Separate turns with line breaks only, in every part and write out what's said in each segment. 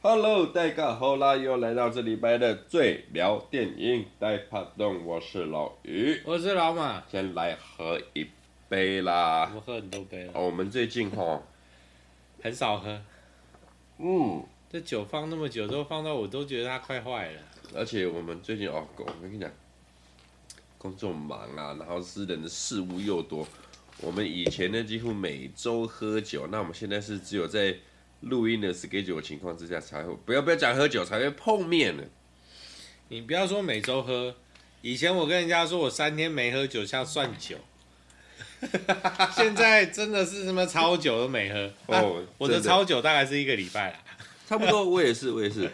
Hello，大家好啦，又来到这礼拜的最聊电影带帕动，我是老于，
我是老马，
先来喝一杯啦。
我喝很多杯了，
哦我们最近哈，
很少喝。
嗯，
这酒放那么久，都放到我都觉得它快坏了。
而且我们最近哦，我跟你讲，工作忙啊，然后私人的事务又多。我们以前呢几乎每周喝酒，那我们现在是只有在录音的 schedule 的情况之下才会，不要不要讲喝酒才会碰面呢。
你不要说每周喝，以前我跟人家说我三天没喝酒像算酒， 现在真的是什么超酒都没喝。
哦
啊我的
真的
超酒大概是一个礼拜啦。
差不多，我也是，我也是。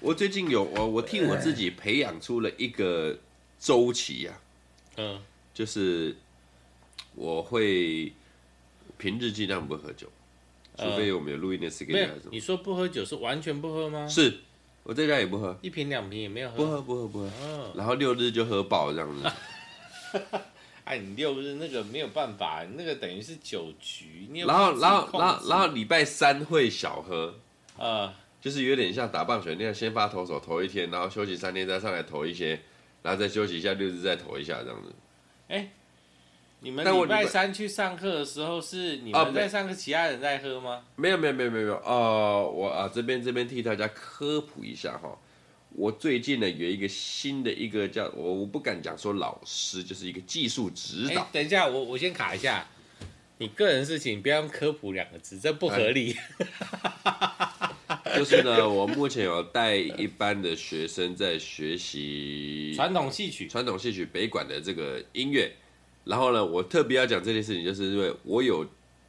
我最近有我我替我自己培养出了一个周期呀、
嗯，
就是我会平日尽量不喝酒，除非我们有录音的时
没有
间还是什，么。
你说不喝酒是完全不喝吗？
是，我在家也不喝，
一瓶两瓶也没有
不
喝。
喝不喝不喝，
嗯，
然后六日就喝爆这样子。
哎，你六日那个没有办法，那个等于是酒局，你也不
然后
能
然
自己
后
控
然后
制
然后礼拜三会小喝，
呃，
就是有点像打棒球那样，先发投手投一天，然后休息三天再上来投一些，然后再休息一下，六日再投一下这样子。
你们
但我
礼
礼拜
拜哦三去上课的时候是你
啊
们
没
在上课，其他人在喝吗？
没有没有没有没有没有呃，我啊这边这边替大家科普一下哈，我最近呢有一个新的一个叫我我不敢讲说老师，就是一个技术指
哎、
导，
等一下，我我先卡一下。你个人事情不要用科普两个字，这不合理。哎
就是呢我目前有带一班的学生在学习
传统戏曲，
传统戏曲北管的这个音乐，然后呢我特别要讲这件事情，就是因为我有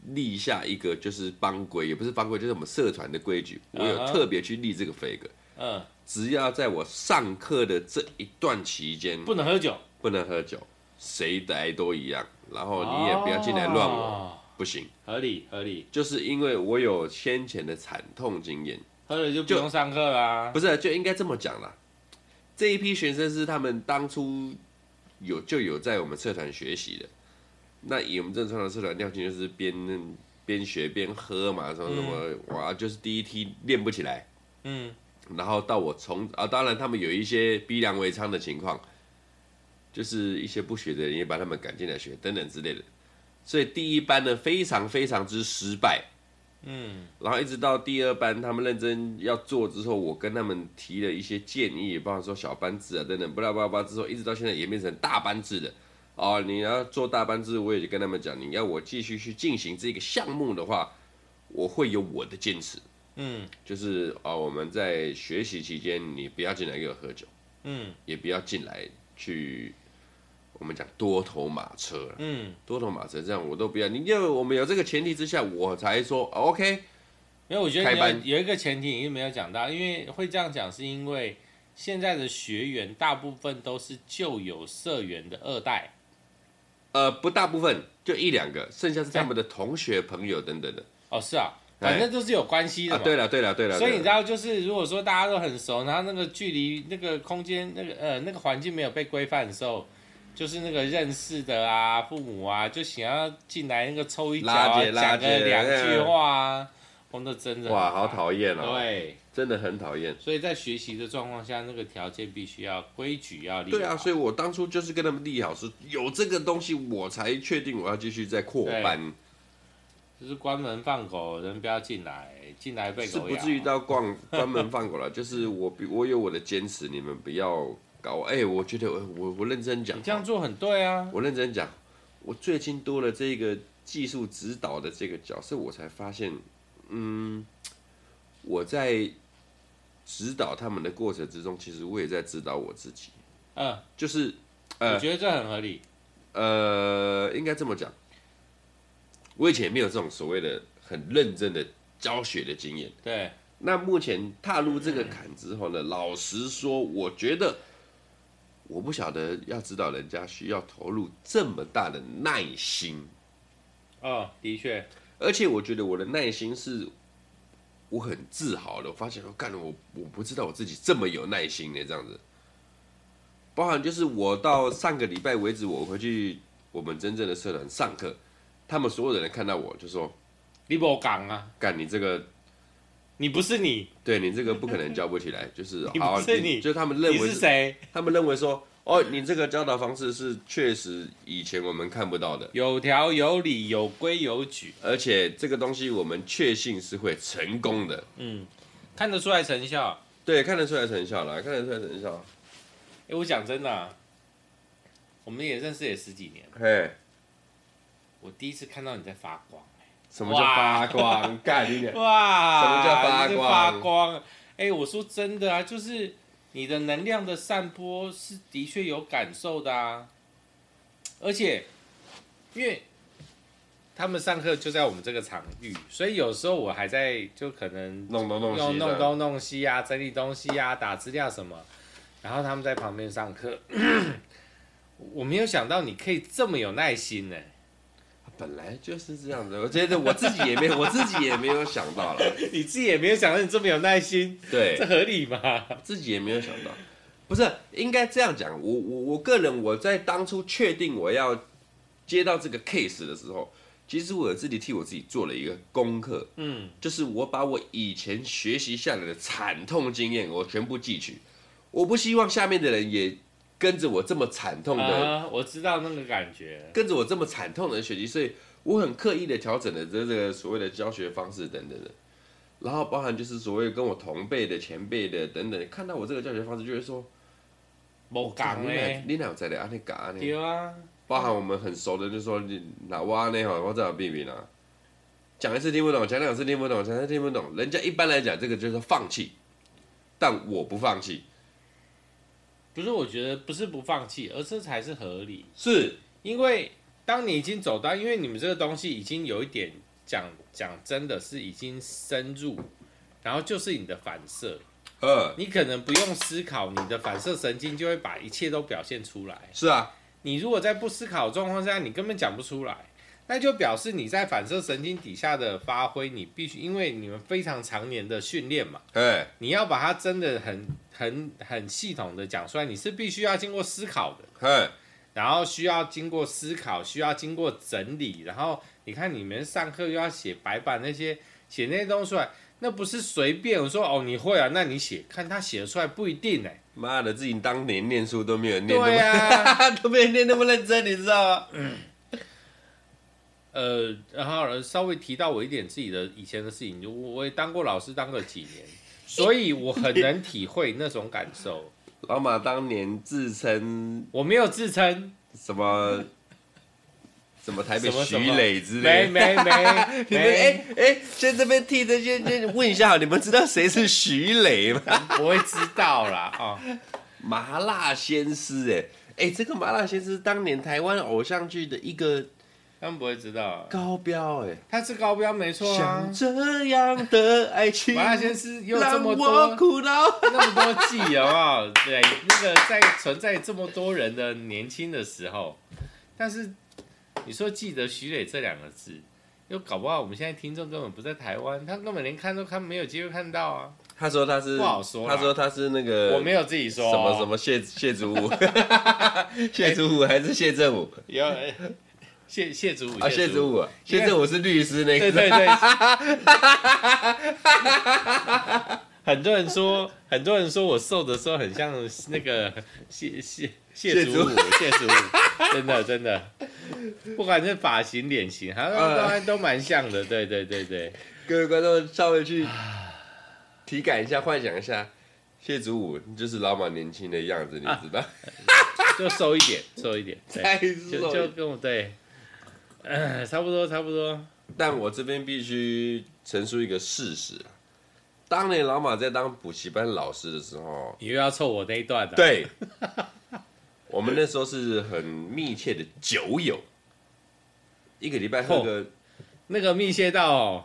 立下一个就是帮规，也不是帮规，就是我们社团的规矩，我有
嗯哼
特别去立这个 flag，
嗯，
只要在我上课的这一段期间。
不能喝酒。
不能喝酒，谁来都一样。然后你也不要进来乱我，
哦
不行。
合理合理，
就是因为我有先前的惨痛经验，
喝了就不
就
用上课啦
不。是就应该这么讲啦。这一批学生是他们当初有就有在我们社团学习的，那以我们正常的社团调性就是边边学边喝嘛，什么什么，哇，就是第一梯练不起来，
嗯，
然后到我从啊，当然他们有一些逼良为娼的情况，就是一些不学的人也把他们赶进来学等等之类的，所以第一班呢非常非常之失败，嗯，然后一直到第二班他们认真要做之后，我跟他们提了一些建议，包括说小班制啊等等，不拉不拉不拉之后，一直到现在演变成大班制的。哦，你要做大班制，我也跟他们讲，你要我继续去进行这个项目的话，我会有我的坚持。
嗯
就是啊、我们在学习期间，你不要进来给我喝酒，
嗯，
也不要进来去我们讲多头马车啦
嗯，
多头马车这样我都不要。你因为我们有这个前提之下，我才说、哦 OK，
因为我觉得
开
你要
班
有一个前提，你没有讲到，因为会这样讲，是因为现在的学员大部分都是旧有社员的二代。
呃，不大部分就一两个，剩下是他们的同学、朋友等等的。
哦，是啊，
哎
反正都是有关系的
啊，
嘛。
对了，对了，对啊了，
所以你知
道，
道，就是如果说大家都很熟，然后那个距离、那个空间、那个呃那个环境没有被规范的时候，就是那个认识的啊、父母啊，就想要进来那个抽一脚、啊
拉，姐拉
讲
姐
个两句话啊，红的真的
哇，好讨厌哦，
对，啊
真的很讨厌。
所以在学习的状况下，那个条件必须要规矩要立好。
对啊，所以我当初就是跟他们立好是有这个东西，我才确定我要继续再扩
对
班，
就是关门放狗，人不要进来，进来被
是
狗
不
咬。
至于到逛关门放狗了，就是我比我有我的坚持，你们不要搞我。哎、我觉得我我我认真讲
你，这样做很对啊，
我认真讲，我最近多了这个技术指导的这个角色，我才发现，嗯，我在指导他们的过程之中，其实我也在指导我自己，
嗯，
就是
我
呃
觉得这很合理。
呃，应该这么讲，我以前也没有这种所谓的很认真的教学的经验。
对，
那目前踏入这个坎之后呢，老实说，我觉得我不晓得要指导人家需要投入这么大的耐心，
哦，的确，
而且我觉得我的耐心是我很自豪的，我发现我干了，我我不知道我自己这么有耐心呢，这样子。包含就是我到上个礼拜为止，我回去我们真正的社团上课，他们所有的人看到我就说
你不讲啊，：“
干你这个，
你不是你，
对你这个不可能教不起来。”就是
你不
好，
是你
就他们认
你
为
是谁？
他们认为说：“哦，你这个教导方式是确实以前我们看不到的，
有条有理，有规有矩，
而且这个东西我们确信是会成功的。
看得出来成效。”
对，看得出来成效了，看得出来成效。
哎、我讲真的啊、我们也认识也十几年了，
嘿，
我第一次看到你在发光。
什么叫发光？干 你娘！
哇，
什么叫发光
你是发光？哎、我说真的啊，就是你的能量的散播是的确有感受的啊，而且因为他们上课就在我们这个场域，所以有时候我还在就可能
弄东弄西的，
弄弄东弄西啊，整理东西啊，打资料什么，然后他们在旁边上课。 我没有想到你可以这么有耐心呢、
本来就是这样子，我觉得我自己也 没有，我自己也没有想到了，
你自己也没有想到你这么有耐心，
对
这合理吗？
自己也没有想到，不是应该这样讲。我我我个人我在当初确定我要接到这个 case 的时候，其实我有自己替我自己做了一个功课，
嗯，
就是我把我以前学习下来的惨痛经验，我全部汲取。我不希望下面的人也跟着我这么惨痛的
啊，我知道那个感觉。
跟着我这么惨痛的学习，所以我很刻意的调整了这这个所谓的教学方式等等的，然后包含就是所谓跟我同辈的、前辈的等等，看到我这个教学方式就会说，
某港
你哪
嘞，
你哪有在的啊？你干啊你？
对啊，
包含我们很熟的就说你哪哇呢？吼，我这有避免啊。讲一次听不懂，讲两次听不懂，讲三次听不懂，人家一般来讲这个就是放弃，但我不放弃，
不是，我觉得不是不放弃，而这才是合理。
是
因为当你已经走到，因为你们这个东西已经有一点讲讲真的是已经深入，然后就是你的反射，
呃
你可能不用思考，你的反射神经就会把一切都表现出来。
是啊，
你如果在不思考的状况下，你根本讲不出来，那就表示你在反射神经底下的发挥，你必须因为你们非常常年的训练嘛。
哎
你要把它真的很很很系统的讲出来，你是必须要经过思考的，
哎
然后需要经过思考，需要经过整理，然后你看你们上课又要写白板那些写那些东西出来，那不是随便我说哦你会啊，那你写，看他写得出来不一定哎、
妈的，自己当年念书都没有念那么
对啊呀、
都没有念那么认真，你知道吗？
呃，然后呃稍微提到我一点自己的以前的事情，就我我也当过老师，当了几年，所以我很能体会那种感受。
老马当年自称
我没有自称，
什么什么台北
什么
徐磊之
没
类的。
没没
你们
没，
哎哎，先这边替这些先问一下，你们知道谁是徐磊吗？
我会知道啦啊、
麻辣鲜师哎哎，这个麻辣鲜师当年台湾偶像剧的一个
他们不会知道，
高标哎，
他是高标没错啊
像。这样的爱情
麻辣鲜师有这
让
么
我
多
苦恼。
那么多季，好不好？对，那个在存在这么多人的年轻的时候，但是你说记得徐磊这两个字，又搞不好我们现在听众根本不在台湾，他根本连看都看没有机会看到啊。
他说他是
不好说啦
他说他是那个
我没有自己说、哦
什么什，么谢谢祖 武，谢祖武还是谢振武？
有哎谢哎谢祖武
啊，谢
祖
祖武，谢振武是律师那
对
个。
对对， 很多人说，很多人说我瘦的时候很像那个谢谢谢祖武，谢祖武，真的真的，不管是发型、脸型，好像都都蛮像的，对对对对，
各位观众稍微去体感一下，幻想一下，谢祖武就是老马年轻的样子，你知道？
就瘦一点，瘦一点，啊对，
太
就就
瘦。
跟我对，呃差不多差不多，
但我这边必须陈述一个事实啊当年老马在当补习班老师的时候，
你又要凑我那一段了，，
对， 我们那时候是很密切的酒友，一个礼拜喝个
那个密切到、哦，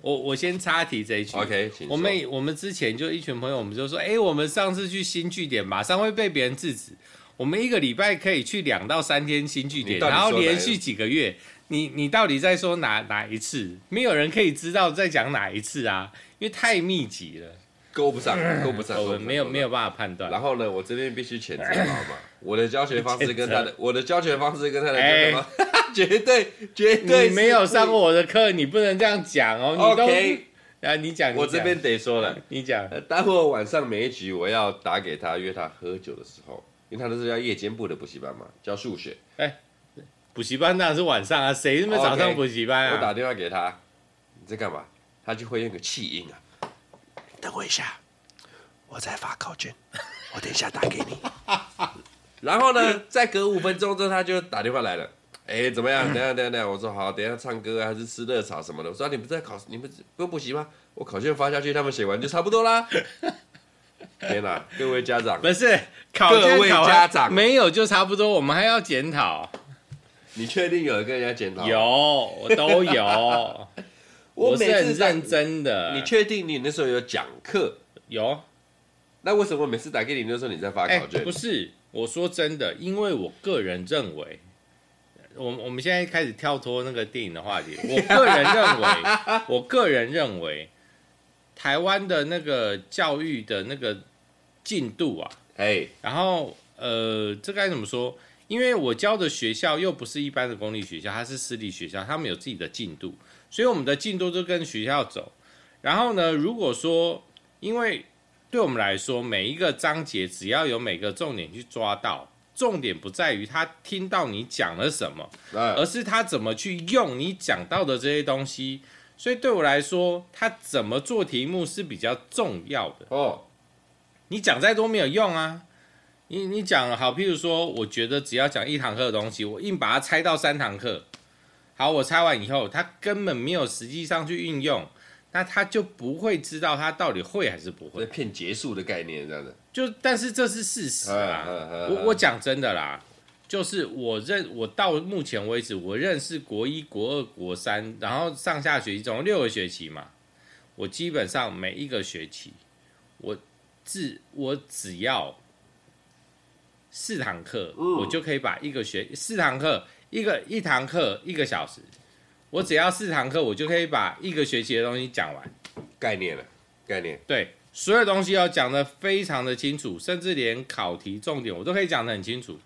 我我先插题这一句
OK，请说
哦我们我们之前就一群朋友，我们就说，哎、我们上次去新据点，马上会被别人制止。我们一个礼拜可以去两到三天新据点，
你到底
然后
说哪一个
连续几个月，你你到底在说哪哪一次？没有人可以知道在讲哪一次啊，因为太密集了，
勾不上，勾不上，
我
勾不
们
上
哦没有
勾不上
没有办法判断。
然后呢，我这边必须谴责他好 吗？我的教学方式跟他的，我的教学方式跟他的教
哎
学方 绝对绝对
你没有
是
上过我的课，你不能这样讲哦。你都
OK
啊，你讲，
我
你
这
讲
边得说了，
你讲，
呃，待会儿晚上每一局我要打给他约他喝酒的时候，因为他都是要夜间部的补习班嘛，教数学，
补习班当然是晚上啊，谁他妈早上
OK，
补习班
我打
啊？
电话给他，你在干嘛？他就会用个气音啊，等我一下，我在发考 卷，我等一下打给你。然后呢，再隔五分钟之后，他就打电话来了。哎，怎么样？等一下，等一下，等一下。我说好，等一下唱歌啊还是吃热炒什么的。我说、啊你不是在考，你们不用补习吗？我考卷发下去，他们写完就差不多啦。天哪，各位家 长，
不是考
各
卷
位
考完
家长
没有就差不多，我们还要检讨。
你确定有人跟人家检讨？
有，，我 都有，
哦我
是
每
很
次打
认。真的。
你确定你那时候有讲课？
有？
那为什么每次打给你的时候你在发
哎、
考卷？
不是，我说真的，因为我个人认为，我我们现在开始跳脱那个电影的话题。我个人认为， 我个人认为，台湾的那个教育的那个进度啊，
哎，
然后呃，这该怎么说？因为我教的学校又不是一般的公立学校，它是私立学校，他们有自己的进度，所以我们的进度就跟学校走。然后呢，如果说因为对我们来说，每一个章节只要有每个重点去抓到，重点不在于他听到你讲了什么，
那
而是他怎么去用你讲到的这些东西。所以对我来说，他怎么做题目是比较重要的。
哦，
你讲再多没有用啊！你你讲好，譬如说，我觉得只要讲一堂课的东西，我硬把它拆到三堂课，好，我拆完以后，他根本没有实际上去运用，那他就不会知道他到底会还是不
在
会。
骗结束的概念这样子。
就但是这是事实啊
嗯嗯嗯，嗯
我我讲真的啦，就是我认我到目前为止，我认识国一、国二、国三，然后上下学期总共六个学期嘛，我基本上每一个学期，我自我只要四堂课，我就可以把一个学四堂课一个一堂课一个小时，我只要四堂课，我就可以把一个学期的东西讲完。
概念了，概念。
对，所有东西要讲的非常的清楚，甚至连考题重点我都可以讲得很清楚。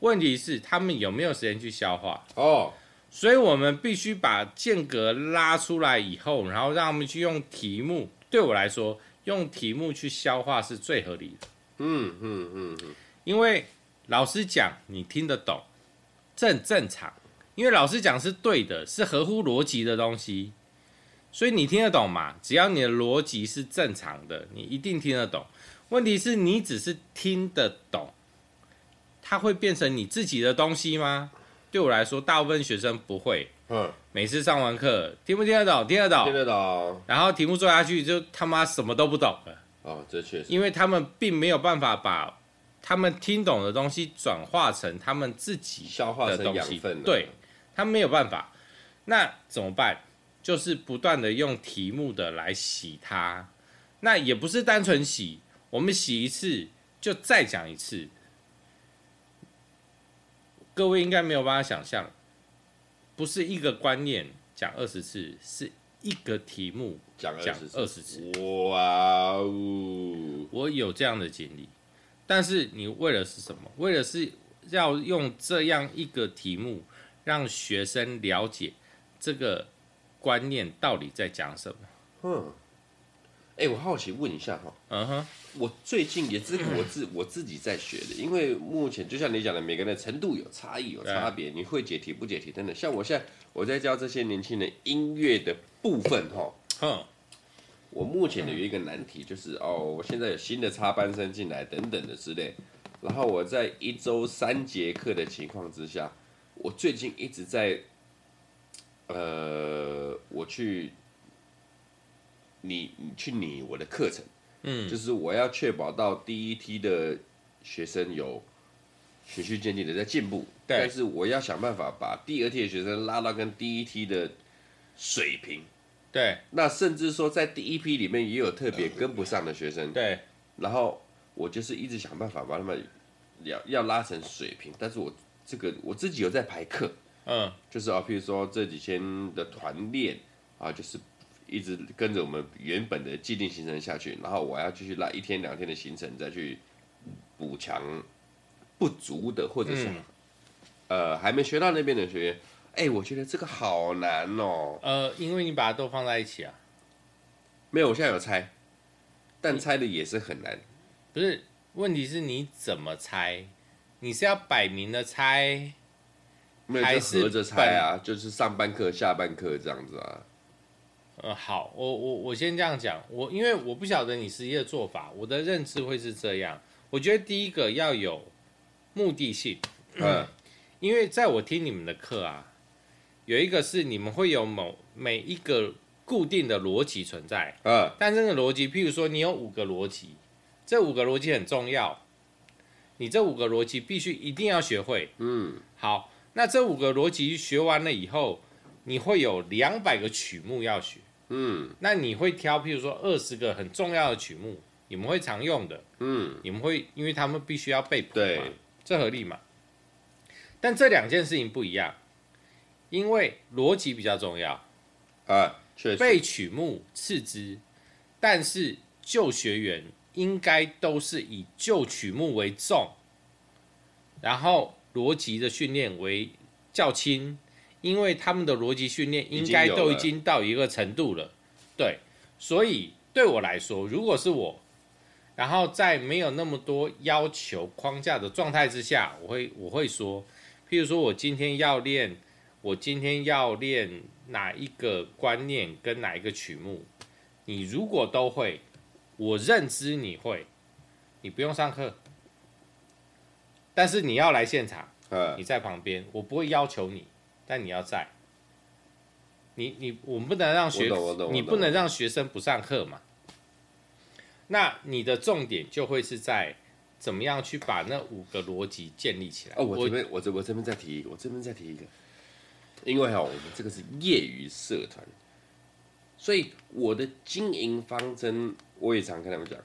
问题是他们有没有时间去消化？
哦，
所以我们必须把间隔拉出来以后，然后让他们去用题目。对我来说，用题目去消化是最合理的。
嗯嗯嗯嗯，
因为老师讲你听得懂，这很正常。因为老师讲是对的，是合乎逻辑的东西，所以你听得懂嘛？只要你的逻辑是正常的，你一定听得懂。问题是你只是听得懂，它会变成你自己的东西吗？对我来说，大部分学生不会。
嗯，
每次上完课，听不听得懂？听得懂
听。得懂。
然后题目做下去，就他妈什么都不懂了。
哦，这确实。
因为他们并没有办法把他们听懂的东西转化成他们自己
消化
的
成
东
养
西
分啊了，
对他们没有办法，那怎么办？就是不断的用题目的来洗它，那也不是单纯洗，我们洗一次就再讲一次。各位应该没有办法想象，不是一个观念讲二十次，是一个题目
讲二
讲
十次，
二十次。
哇哦，
我有这样的经历，但是你为了是什么？为了是要用这样一个题目，让学生了解这个观念到底在讲什么。
嗯。哎，我好奇问一下哈，
嗯哼，
我最近也是我 自我自己在学的，因为目前就像你讲的，每个人的程度有差异，有
啊
差别，你会解题不解题等等。像我现在我在教这些年轻人音乐的部分哈，
哼，
我目前的有一个难题就是哦，我现在有新的插班生进来等等的之类，然后我在一周三节课的情况之下，我最近一直在，呃，我去拟你去拟我的课程，嗯，就是我要确保到第一梯的学生有循序渐进的在进步，
对
但是我要想办法把第二梯的学生拉到跟第一梯的水平。
对
那甚至说，在第一批里面也有特别跟不上的学生，
嗯对，
然后我就是一直想办法把他们要要拉成水平，但是我这个我自己有在排课，
嗯
就是啊，譬如说这几天的团练啊，就是一直跟着我们原本的既定行程下去，然后我要继续拉一天两天的行程再去补强不足的，或者是、
嗯
呃还没学到那边的学员，哎、我觉得这个好难哦。
呃，因为你把它都放在一起啊，
没有，我现在有猜，但猜的也是很难。
不是，问题是你怎么猜？你是要摆明了猜？
没有
还
就是合着猜啊，就是上半课、下半课这样子啊。
呃，好，我我我先这样讲，我因为我不晓得你实际的做法，我的认知会是这样。我觉得第一个要有目的性，
嗯，
因为在我听你们的课啊，有一个是你们会有某每一个固定的逻辑存在，
嗯，
但这个逻辑，譬如说你有五个逻辑，这五个逻辑很重要，你这五个逻辑必须一定要学会。
嗯，
好，那这五个逻辑学完了以后，你会有两百个曲目要学。
嗯，
那你会挑，譬如说二十个很重要的曲目，你们会常用的，
嗯，
你们会，因为他们必须要背谱嘛，
对，
这合理嘛？但这两件事情不一样，因为逻辑比较重要。
啊，确实，
被曲目次之，但是旧学员应该都是以旧曲目为重，然后逻辑的训练为较轻，因为他们的逻辑训练应该
已经有
都
了
已经到一个程度了。对，所以对我来说，如果是我，然后在没有那么多要求框架的状态之下，我会我会说，譬如说我今天要练，我今天要练哪一个观念跟哪一个曲目，你如果都会，我认知你会，你不用上课，但是你要来现场。
嗯
你在旁边，我不会要求你，但你要在。你你，我们不能让学
我懂我懂我，懂
你不能让学生不上课嘛。那你的重点就会是在怎么样去把那五个逻辑建立起来。
哦，我这边我这我这边再提一个，我这边再提一个，因为哈、哦我们这个是业余社团，所以我的经营方针，我也常跟他们讲，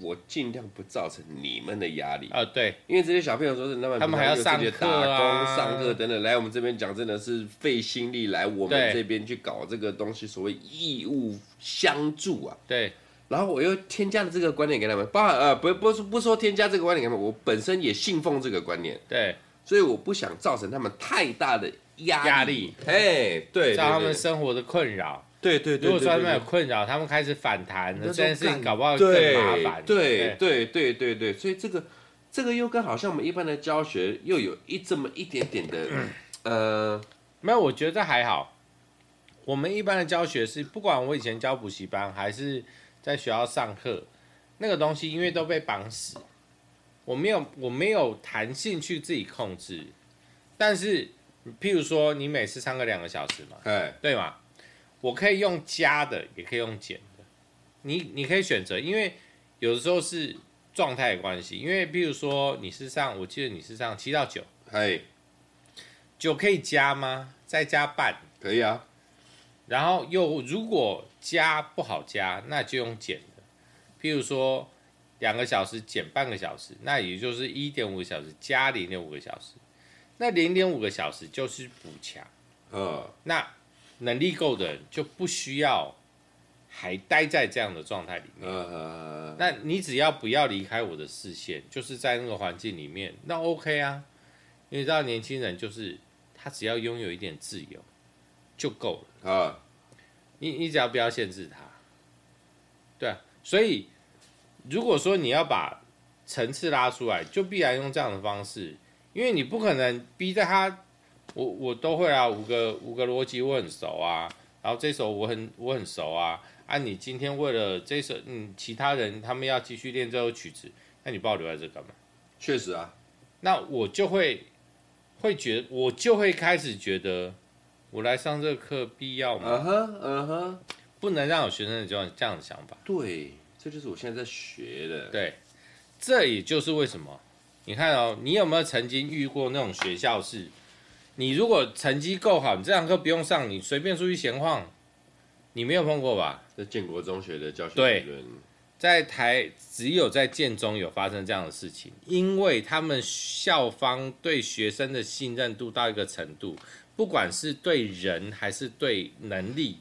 我尽量不造成你们的压力，
啊，对，
因为这些小朋友说是他们
他们还要
平常就有
上
自己的
课啊
打工、上课等等，来我们这边讲真的是费心力来我
对
们这边去搞这个东西，所谓义务相助啊。
对，
然后我又添加了这个观点给他们，包含呃不不是不说添加这个观点给他们，我本身也信奉这个观念。
对，
所以我不想造成他们太大的压
压力。
嘿，对，
让他
对
们生活的困扰。
对对
如
对，
果说他们有
对
困扰，他们开始反弹了，
对
这件事情搞不好更
对
麻烦。
对对对对对，所以这个这个又跟好像我们一般的教学又有一这么一点点的，呃，
没有，我觉得还好。我们一般的教学是，不管我以前教补习班还是在学校上课，那个东西因为都被绑死，我没有我没有弹性去自己控制。但是，譬如说你每次上课两个小时嘛，
哎，
对吗？我可以用加的，也可以用减的，你你可以选择，因为有的时候是状态的关系。因为譬如说你是上，我记得你是上七到九，
哎，
九可以加吗？再加半。
可以啊，
然后又如果加不好加，那就用减的。譬如说两个小时减半个小时，那也就是一点五个小时加零点五个小时。那零点五个小时就是补强。
嗯，
那能力够的人就不需要还待在这样的状态里面。
呃，
那你只要不要离开我的视线，就是在那个环境里面，那 OK 啊。因为你知道年轻人就是他只要拥有一点自由就够了。
啊，
你你只要不要限制他，对啊、所以如果说你要把层次拉出来，就必然用这样的方式，因为你不可能逼着他，我我都会啊，五个五个逻辑我很熟啊，然后这首我很我很熟啊，啊你今天为了这首嗯其他人他们要继续练这首曲子，那你把我留在这干嘛？
确实啊，
那我就会会觉我就会开始觉得我来上这个课必要吗？
嗯哼，嗯哼，
不能让有学生有这样这样的想法。
对，这就是我现在在学的，
对，这也就是为什么你看哦，你有没有曾经遇过那种学校是，你如果成绩够好，你这堂课不用上，你随便出去闲晃，你没有碰过吧？
在建国中学的教学
对
理论，
在台只有在建中有发生这样的事情，因为他们校方对学生的信任度到一个程度，不管是对人还是对能力，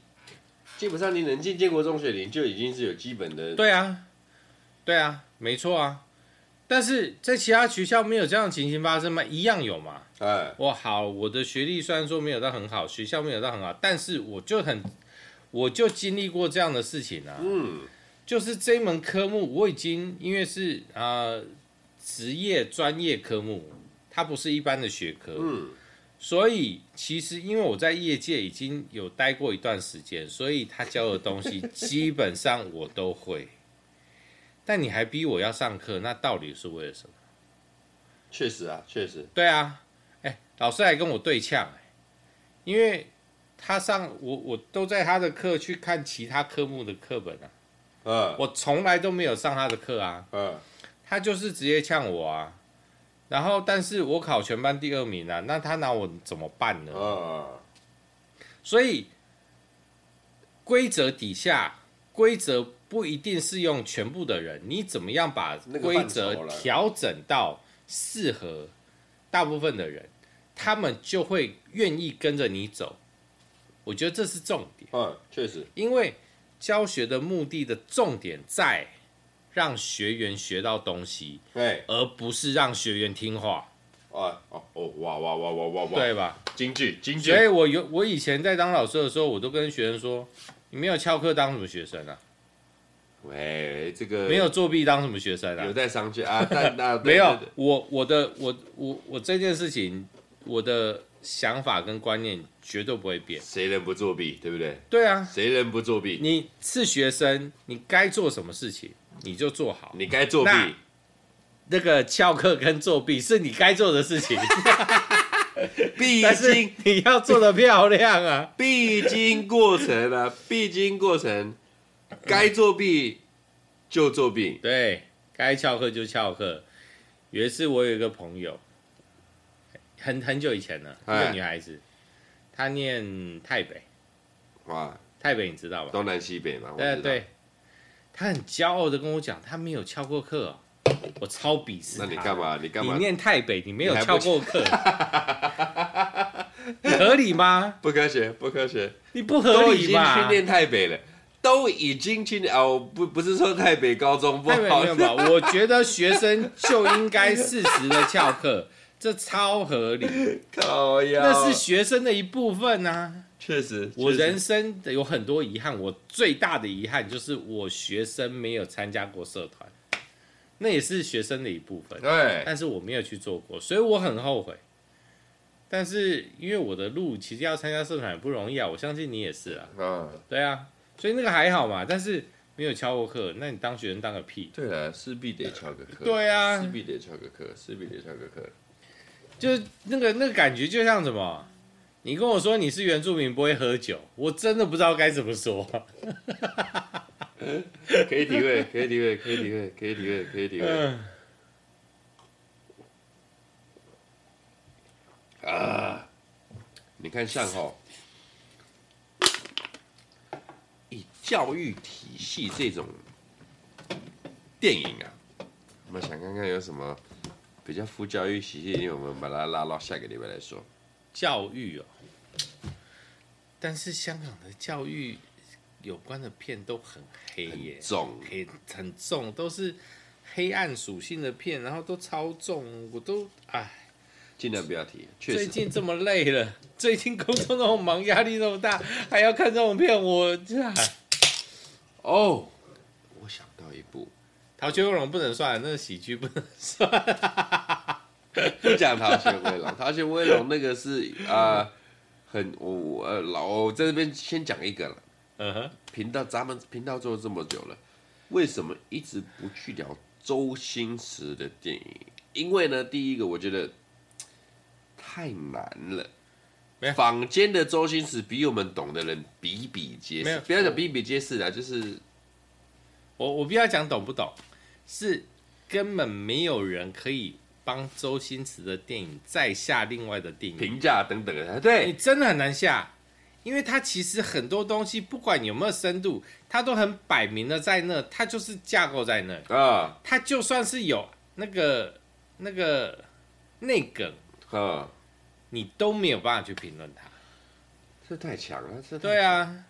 基本上你能进建国中学，你就已经是有基本的。
对啊，对啊，没错啊。但是在其他学校没有这样的情形发生吗？一样有嘛。
哎，
我好，我的学历虽然说没有到很好，学校没有到很好，但是我就很，我就经历过这样的事情啊。
嗯，
就是这一门科目，我已经因为是呃职业专业科目，它不是一般的学科，
嗯，
所以其实因为我在业界已经有待过一段时间，所以他教的东西基本上我都会。但你还逼我要上课，那到底是为了什么？
确实啊，确实，
对啊，哎，老师还跟我对呛、哎，因为他上我我都在他的课去看其他科目的课本啊，
嗯
我从来都没有上他的课啊。
嗯，
他就是直接呛我啊。然后，但是我考全班第二名啊，那他拿我怎么办呢？
嗯，
所以规则底下，规则不一定适用全部的人，你怎么样把
那个
规
范畴
则
了
调整到适合大部分的人，他们就会愿意跟着你走。我觉得这是重点。
嗯，确实，
因为教学的目的的重点在让学员学到东西，
哎，
而不是让学员听话，
啊，哦，哦，哇哇哇哇哇哇，，
对吧？
京剧，京剧
所，以我有我以前在当老师的时候，我都跟学生说，你没有翘课当什么学生啊？
喂，这个
没有作弊当什么学生
有
啊？
待商榷啊， 但那
没有
对对对，
我我的我我我这件事情，我的想法跟观念绝对不会变。
谁人不作弊，对不对？
对啊，
谁人不作弊？
你是学生，你该做什么事情你就做好。
你该作弊，
那那个翘课跟作弊是你该做的 事情，
必
但是
经
你要做的漂亮啊！
必经过程啊，必经过程，该作弊就作弊，
对，该翘课就翘课。有一次我有一个朋友，很很久以前了，一
哎
个女孩子，她念台北，
哇，
台北你知道吧？
东南西北嘛，我
对
知道。
对，她很骄傲的跟我讲，她没有翘过课哦、我超鄙视
那
她。
你干？嘛？你干
你
嘛？
念台北，你没有
你还
翘
不
过 课，合理吗？
不科学，不科学，
你不合
都已
理
经
吧？
去念台北了，都已经去念哦，不不是说台北高中不
没有
好
没，有没有，我觉得学生就应该适时的翘课， 这超合理，
靠呀，
那是学生的一部分啊。
确实，
我
确实
人生有很多遗憾，我最大的遗憾就是我学生没有参加过社团，那也是学生的一部分，
对，
但是我没有去做过，所以我很后悔。但是因为我的路其实要参加社团也不容易啊，我相信你也是啊，
嗯，
对啊，所以那个还好嘛，但是没有翘过课，那你当学生当个屁，
对了，势必得翘个课，
对啊
势必得翘个课，势必得翘个课，
就是那个那个感觉，就像什么？你跟我说你是原住民不会喝酒，我真的不知道该怎么说。
可以体会， 可以体会，可以体会，可以体会，可以体会
嗯，
啊！你看像哈，以教育体系这种电影啊，我们想看看有什么比较副教育体系，我们把它拉到下个礼拜来说。
教育哦，但是香港的教育有关的片都很黑耶，
重
黑很重，都是黑暗属性的片，然后都超重，我都唉，
尽量不要提，确
最
实
近这么累了，最近工作那么忙，压力那么大，还要看这种片，我啊这
哦，我想到一部。
逃学威龙不能算，那个喜剧不能算。
不讲逃学威龙，逃学威龙那个是啊、呃很我我呃老我在这边先讲一个了。
嗯哼，
频道咱们频道做了这么久了，为什么一直不去聊周星驰的电影？因为呢，第一个我觉得嘖太难了
没有。
坊间的周星驰比我们懂的人比比皆
没
是
有，嗯
不要讲比比皆是啦，就是
我我不要讲懂不懂，是根本没有人可以帮周星驰的电影再下另外的定义，
评价等等的。
你
对，
真的很难下，因为他其实很多东西不管有没有深度，他都很摆明的在那，他就是架构在那，
啊
他就算是有那个那个内梗，
啊，
你都没有办法去评论它。
这太强了，这太
对啊，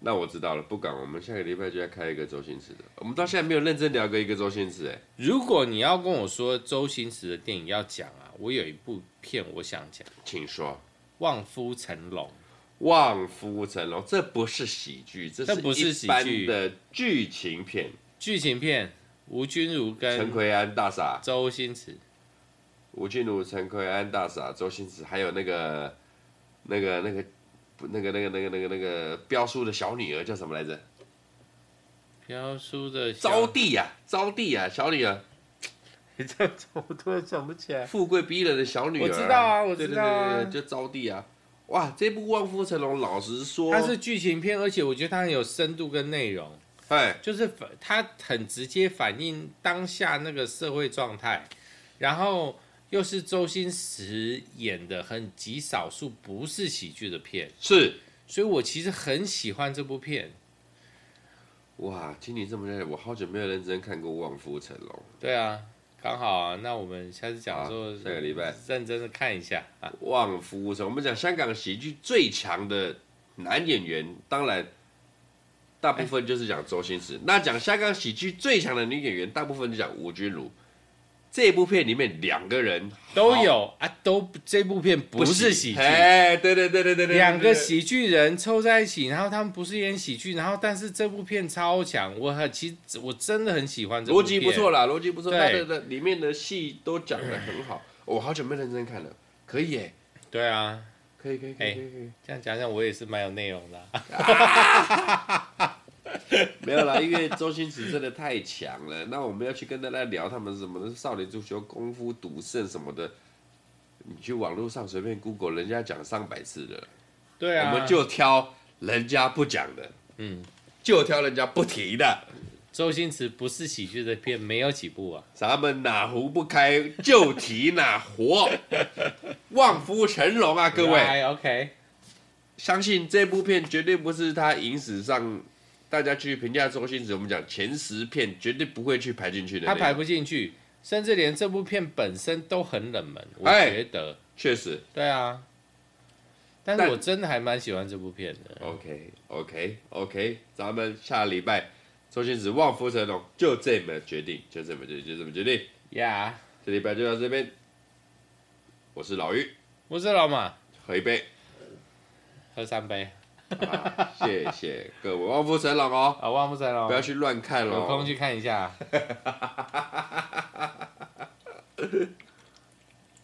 那我知道了，不敢。我们下个礼拜就要开一个周星驰的，我们到现在没有认真聊过一个周星驰，哎，
如果你要跟我说周星驰的电影要讲啊，我有一部片我想讲《
请说。
望夫成龙》。
望夫成龙，这不是喜剧，这
这不是喜剧
一般的剧情片。
剧情片，吴君如
陈
跟
奎安大傻，
周星驰，
吴君如、陈奎安大傻，周星驰，还有那个、那个、那个、不那个、那个、那个、那个、那个彪叔的小女儿叫什么来着？
飘叔的小
招娣呀、招娣呀、小女儿，
你这样讲，我突然想不起来。
富贵逼人的小女儿、
我知道啊我知道啊
对对对对，就招娣啊。哇，这部《望夫成龙》，老实说，
它是剧情片，而且我觉得它很有深度跟内容，
哎，
就是反它很直接反映当下那个社会状态，然后又是周星驰演的很极少数不是喜剧的片，
是
所以我其实很喜欢这部片。
哇，听你这么讲，我好久没有认真看过《望夫成龙
对啊，刚好啊，那我们下次讲
好
说
下个礼拜
认真的看一下啊。》。
望夫成龙，我们讲香港喜剧最强的男演员，当然大部分就是讲周星驰。那讲香港喜剧最强的女演员，大部分就讲吴君如。这部片里面两个人
都
好
有啊，都不这部片不是喜剧，
哎，对对对对对对，
两个
对
喜剧人凑在一起，然后他们不是演喜剧，然后但是这部片超强，我很其实我真的很喜欢这部
逻
片
辑不错啦，逻辑不错，
对
他的的里面的戏都讲得很好。我好久没认真看了，可以耶，
对啊，
可以可以可以可以可以。
这样讲讲我也是蛮有内容的啊、
没有啦，因为周星驰真的太强了。那我们要去跟大家聊他们什么的少林足球、功夫、赌圣什么的，你去网络上随便 Google，人家讲上百次的，
对啊，
我们就挑人家不讲的，
嗯，
就挑人家不提的。
周星驰不是喜剧的片没有几部啊，
咱们哪壶不开就提哪 壶，望夫成龙啊，各位！
来哎 OK，
相信这部片绝对不是他影史上大家去评价周星驰，我们讲前十片绝对不会去排进去的那
他
个。
排不进去，甚至连这部片本身都很冷门，我
哎
觉得，
确实，
对啊，但是
但
我真的还蛮喜欢这部片的，
OK OK OK，咱们下礼拜周星驰望夫成龙就这么决定，就这么决定，就这么决定。
呀、yeah,，
这礼拜就到这边，我是老玉，
我是老马，
喝一杯，
喝三杯
啊、谢谢各位望夫成龙哦，
啊，忘不成
不要
龙，
去乱看
有空
哦。
去看一下。